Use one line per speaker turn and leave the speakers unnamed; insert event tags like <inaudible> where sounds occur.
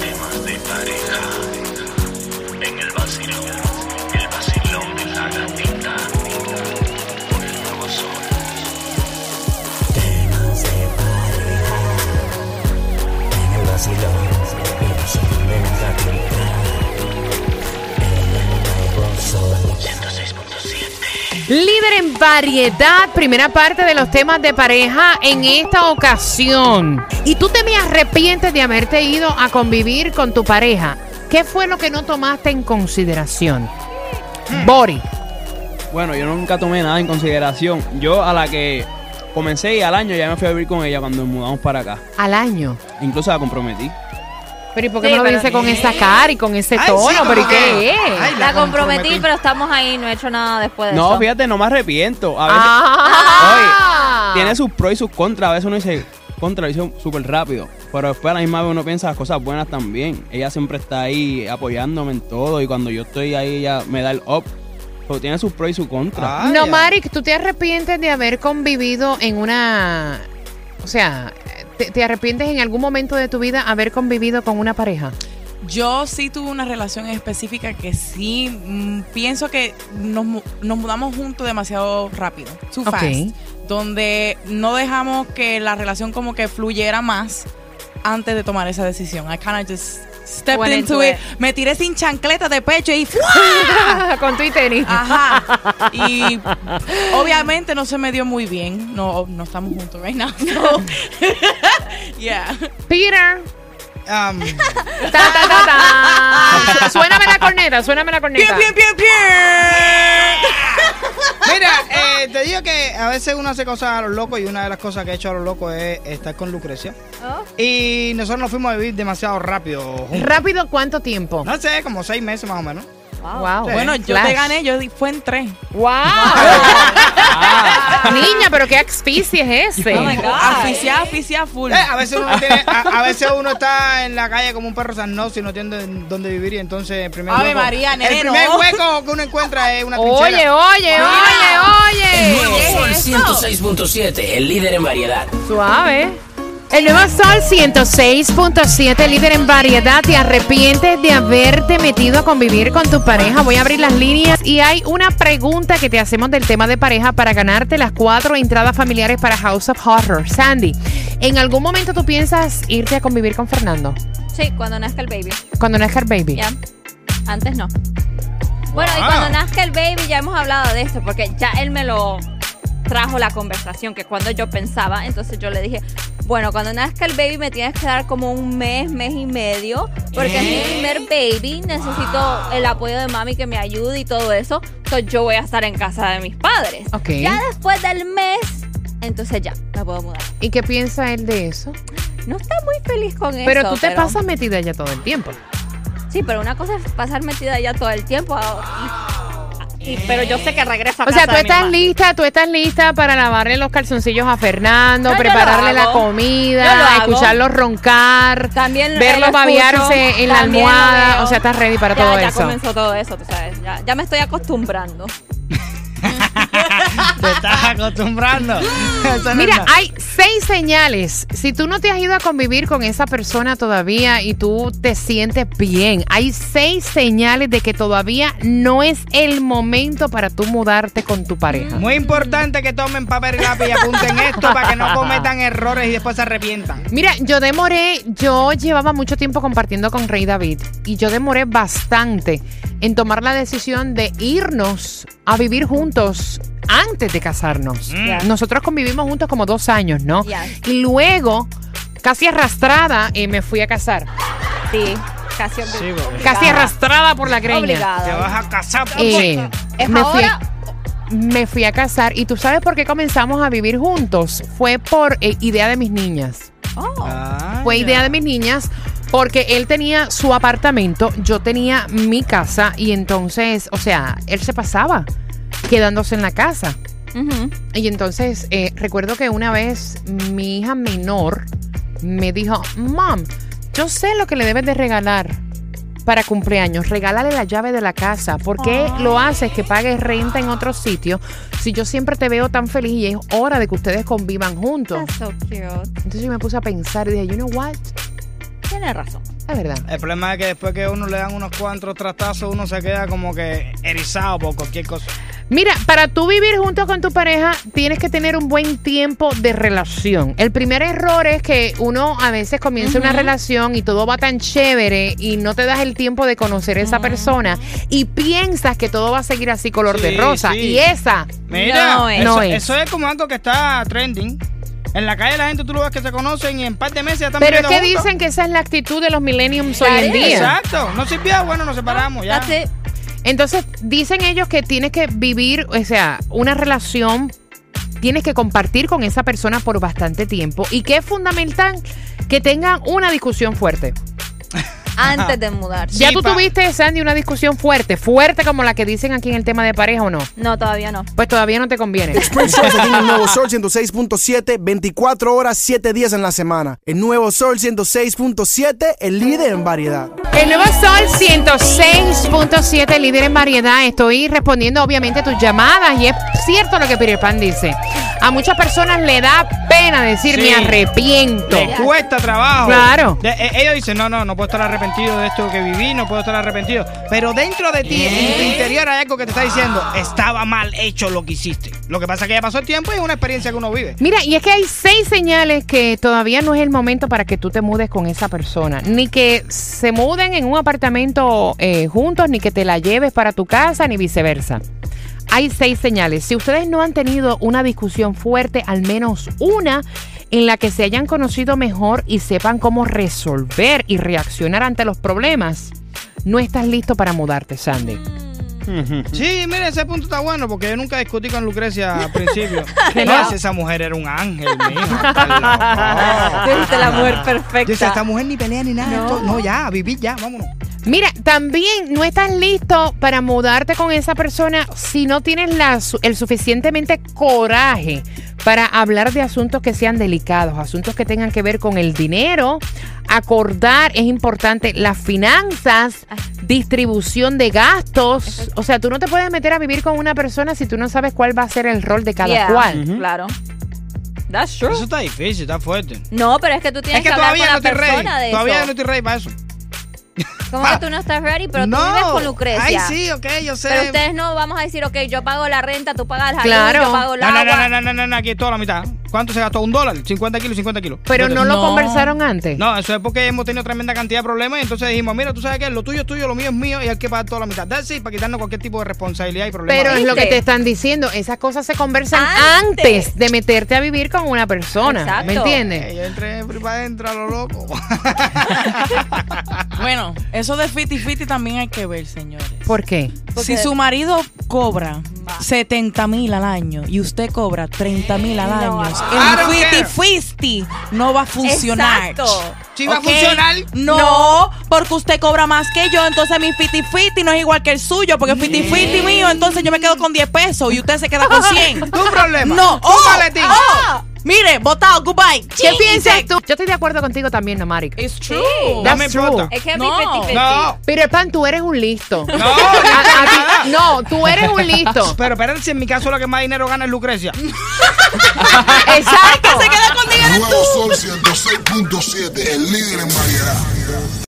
Temas de pareja. En el vacilón. El vacilón de la gatita. Por el nuevo sol.
Líder en variedad, primera parte de los temas de pareja en esta ocasión. Y tú te me arrepientes de haberte ido a convivir con tu pareja. ¿Qué fue lo que no tomaste en consideración? Bori.
Bueno, yo nunca tomé nada en consideración. Yo a la que comencé y al año ya me fui a vivir con ella cuando nos mudamos para acá.
al año.
Incluso la comprometí.
Pero ¿y por qué me lo dice con esa cara y con ese
Ay,
tono?
sí,
¿Pero y
como
qué
que-
es?
Ay,
La comprometí,
comprometí.
pero estamos ahí, no he hecho nada después de
No,
eso.
fíjate, no me arrepiento. A veces
Ah.
oye, tiene sus pros y sus contras. A veces uno dice, contra, lo hizo súper rápido. Pero después a la misma vez uno piensa las cosas buenas también. Ella siempre está ahí apoyándome en todo y cuando yo estoy ahí ella me da el up. Pero tiene sus pros y sus contras.
Ah,
No,
ya.
Marik, ¿tú te arrepientes de haber convivido en una... O sea, ¿te, te arrepientes en algún momento de tu vida haber convivido con una pareja?
Yo sí tuve una relación específica que sí mm, pienso que nos, mu- nos mudamos juntos demasiado rápido, too
Ok.
fast, donde no dejamos que la relación como que fluyera más antes de tomar esa decisión. I kind just stepped
Went into
into it.
it.
me tiré sin chancleta de pecho y ¡fua!
<laughs> con tu y tenis.
<laughs>
ajá. Y obviamente no se me dio muy bien. No, oh, no estamos juntos
<laughs>
right now. <laughs> so. yeah.
Peter.
Um,
Ta, ta, ta, ta. Su- Suéname la corneta, suéname la corneta.
Bien, bien, bien, bien.
mira, eh, te digo que a veces uno hace cosas a los locos y una de las cosas que he hecho a los locos es estar con Lucrecia.
Oh.
Y nosotros nos fuimos a vivir demasiado rápido. juntos.
Rápido, ¿cuánto tiempo?
No sé, como seis meses más o menos.
Wow.
Wow.
Bueno, yo
Flash.
te gané, yo di- fue en tres. <laughs>
¡Wow!
Ah.
Niña, pero qué asfixie es ese.
Oh
<laughs>
my God.
Asfixiada, asfixiada full.
Eh, a veces uno tiene- a, a veces uno está en la calle como un perro sanoso y no tiene dónde vivir y entonces el primer
Ave
hueco-
María, nene,
el primer
no.
hueco que uno encuentra es una trinchera.
Oye, oye, oye,
Nuevo
oye.
sol 106.7. El líder en variedad.
Suave. El nuevo Sol 106.7, líder en variedad. ¿Te arrepientes de haberte metido a convivir con tu pareja? Voy a abrir las líneas y hay una pregunta que te hacemos del tema de pareja para ganarte las cuatro entradas familiares para House of Horror. Sandy, ¿en algún momento tú piensas irte a convivir con Fernando
Sí, cuando nazca el baby.
cuando no es Her Baby?
Ya. Antes no. Bueno, y
Wow.
cuando nazca el baby ya hemos hablado de esto, porque ya él me lo trajo la conversación, que cuando yo pensaba, entonces yo le dije, bueno, cuando nazca el baby me tienes que dar como un mes, mes y medio, porque es mi primer baby, necesito el apoyo de mami que me ayude y todo eso, entonces yo voy a estar en casa de mis padres.
Ok.
Ya después del mes, entonces ya, me puedo mudar.
¿Y qué piensa él de eso?
No está muy feliz con eso.
pero tú te pasas metida ya todo el tiempo.
Sí, pero una cosa es pasar metida allá todo el tiempo. ah, y- y- pero yo sé que regreso a
O sea,
casa
tú
de mi
estás
mamá.
lista, tú estás lista para lavarle los calzoncillos a Fernando,
No, yo lo
prepararle la
hago. Yo lo
comida,
hago.
escucharlo roncar,
También
verlo
lo
babearse
escucho,
en la
también lo
almohada.
veo.
O sea, estás ready para
ya,
todo
ya
eso.
comenzó todo eso, tú sabes. Ya, ya me estoy acostumbrando.
Te estás
<gasps>
acostumbrando. Eso no es
Mira,
nada.
hay seis señales. Si tú no te has ido a convivir con esa persona todavía y tú te sientes bien, hay seis señales de que todavía no es el momento para tú mudarte con tu pareja.
Muy importante que tomen papel y lápiz y apunten esto para que no cometan errores y después se arrepientan.
Mira, yo demoré, yo llevaba mucho tiempo compartiendo con Rey David y yo demoré bastante en tomar la decisión de irnos a vivir juntos antes de casarnos.
Mm. Ya.
Nosotros convivimos juntos como dos años, ¿no?
Ya.
Y luego, casi arrastrada, eh, me fui a casar.
Sí, casi obli-
Sí, porque-
obligada.
Casi arrastrada por la greña.
Te
Obligada.
vas a casar.
Eh,
¿Es
me fui a-
ahora?
me fui a casar y tú sabes por qué comenzamos a vivir juntos. Fue por eh, idea de mis niñas.
Oh,
Ah,
Fue idea de mis niñas porque él tenía su apartamento, yo tenía mi casa y entonces, o sea, él se pasaba quedándose en la casa.
ujú.
Y entonces eh, recuerdo que una vez mi hija menor me dijo, mom, yo sé lo que le debes de regalar para cumpleaños, regálale la llave de la casa. ¿Por qué lo haces que pagues renta en otro sitio si yo siempre te veo tan feliz y es hora de que ustedes convivan juntos?
That's so cute.
Entonces yo me puse a pensar y dije, you know what?
Tienes razón.
Es verdad.
El problema es que después que uno le dan unos cuantos tratazos, uno se queda como que erizado por cualquier cosa.
Mira, para tú vivir junto con tu pareja, tienes que tener un buen tiempo de relación. El primer error es que uno a veces comienza una relación y todo va tan chévere y no te das el tiempo de conocer a esa persona y piensas que todo va a seguir así color de
Sí,
rosa.
sí.
Y esa,
Mira,
No es.
Eso,
No es.
eso es como algo que está trending. En la calle la gente tú lo ves que se conocen y en par de meses ya están
pero es
viviendo
que
juntos.
dicen que esa es la actitud de los millennials hoy en
Claro,
día.
Exacto, no sirvió, bueno, nos separamos ya.
That's it.
Entonces, dicen ellos que tienes que vivir, o sea, una relación, tienes que compartir con esa persona por bastante tiempo y que es fundamental que tengan una discusión fuerte.
Antes de mudarse.
ya tú
pa.
tuviste, Sandy, una discusión fuerte, fuerte como la que dicen aquí en el tema de pareja o no.
No, todavía no.
Pues todavía no te conviene.
Spring Sol se tiene el nuevo Sol 106.7, 24 horas, 7 días en la semana. El nuevo Sol 106.7, el líder en variedad.
El nuevo Sol 106.7, líder en variedad. Estoy respondiendo obviamente tus llamadas y es cierto lo que Piripan dice. A muchas personas le da pena decir
Sí.
me arrepiento.
Le cuesta trabajo.
Claro.
De- e- ellos dicen, no, no, no puedo estar arrepentido de esto que viví, no puedo estar arrepentido. Pero dentro de ti, en tu interior, hay algo que te está diciendo, estaba mal hecho lo que hiciste. Lo que pasa es que ya pasó el tiempo y es una experiencia que uno vive.
Mira, y es que hay seis señales que todavía no es el momento para que tú te mudes con esa persona. Ni que se muden en un apartamento eh, juntos, ni que te la lleves para tu casa, ni viceversa. Hay seis señales. Si ustedes no han tenido una discusión fuerte, al menos una en la que se hayan conocido mejor y sepan cómo resolver y reaccionar ante los problemas, no estás listo para mudarte, Sandy.
Mm.
Sí, mire, ese punto está bueno porque yo nunca discutí con Lucrecia
<laughs>
al principio.
Qué
no,
loco.
si esa mujer era un ángel, mija.
Tuviste la mujer
Ah.
perfecta.
Dice, esta mujer ni pelea ni nada.
No.
esto- No, ya, vivir ya, vámonos.
Mira, también no estás listo para mudarte con esa persona si no tienes la su- el suficientemente coraje para hablar de asuntos que sean delicados, asuntos que tengan que ver con el dinero, acordar, es importante, las finanzas, distribución de gastos. O sea, tú no te puedes meter a vivir con una persona si tú no sabes cuál va a ser el rol de cada
Yeah,
cual.
Claro. That's
Eso
true.
está difícil, está fuerte.
No, pero es que tú tienes
Es que
hablar con
todavía
la
no estoy ready.
persona de
Todavía
eso.
no estoy ready para eso.
Como que tú no estás ready, pero tú vives con Lucrecia.
Ah. Ay, sí, ok, yo sé.
Pero ustedes no vamos a decir, ok, yo pago la renta, tú pagas el jardín,
Claro.
yo pago el
No, no,
agua.
no, no, no, no, no, aquí es toda la mitad. ¿Cuánto se gastó? ¿Un dólar? ¿50 kilos? ¿50 kilos?
Pero no lo
No.
conversaron antes.
No, eso es porque hemos tenido tremenda cantidad de problemas y entonces dijimos, mira, tú sabes que lo tuyo es tuyo, lo mío es mío y hay que pagar toda la mitad. That's it, para quitarnos cualquier tipo de responsabilidad y problema.
Pero es lo que
¿Viste?
te están diciendo, esas cosas se conversan
Antes.
antes, de meterte a vivir con una persona.
Exacto.
¿Me
Eh,
entiendes?
yo entré free para adentro a
<laughs>
lo loco.
Bueno, eso de fiti fiti también hay que ver, señores.
¿Por qué?
Porque-
Si su marido cobra 70 mil al año y usted cobra 30 mil al
No,
año,
I don't
el
care.
50-50 no va a funcionar.
Exacto.
Si va a
¿Ok?
funcionar,
No, porque usted cobra más que yo, entonces mi 50-50 no es igual que el suyo, porque el 50-50 mío, entonces yo me quedo con 10 pesos y usted se queda
<laughs>
con 100.
tu problema.
No,
tu
oh,
maletín.
oh, mire, votado, goodbye.
¿Qué
Ching,
piensas
insect.
tú? Yo estoy de acuerdo contigo también, Namaric.
Eh.
It's true.
Sí.
No me
That's true.
importa.
Es que
No.
mi 50
No,
Pero Pan, tú eres un listo.
no.
A- a ti- no, tú eres un
<laughs>
listo.
Pero espérate, si en mi caso la que más dinero gana es Lucrecia.
Exacto.
Se queda con 10
Nuevo Sol 106.7, el líder en variedad.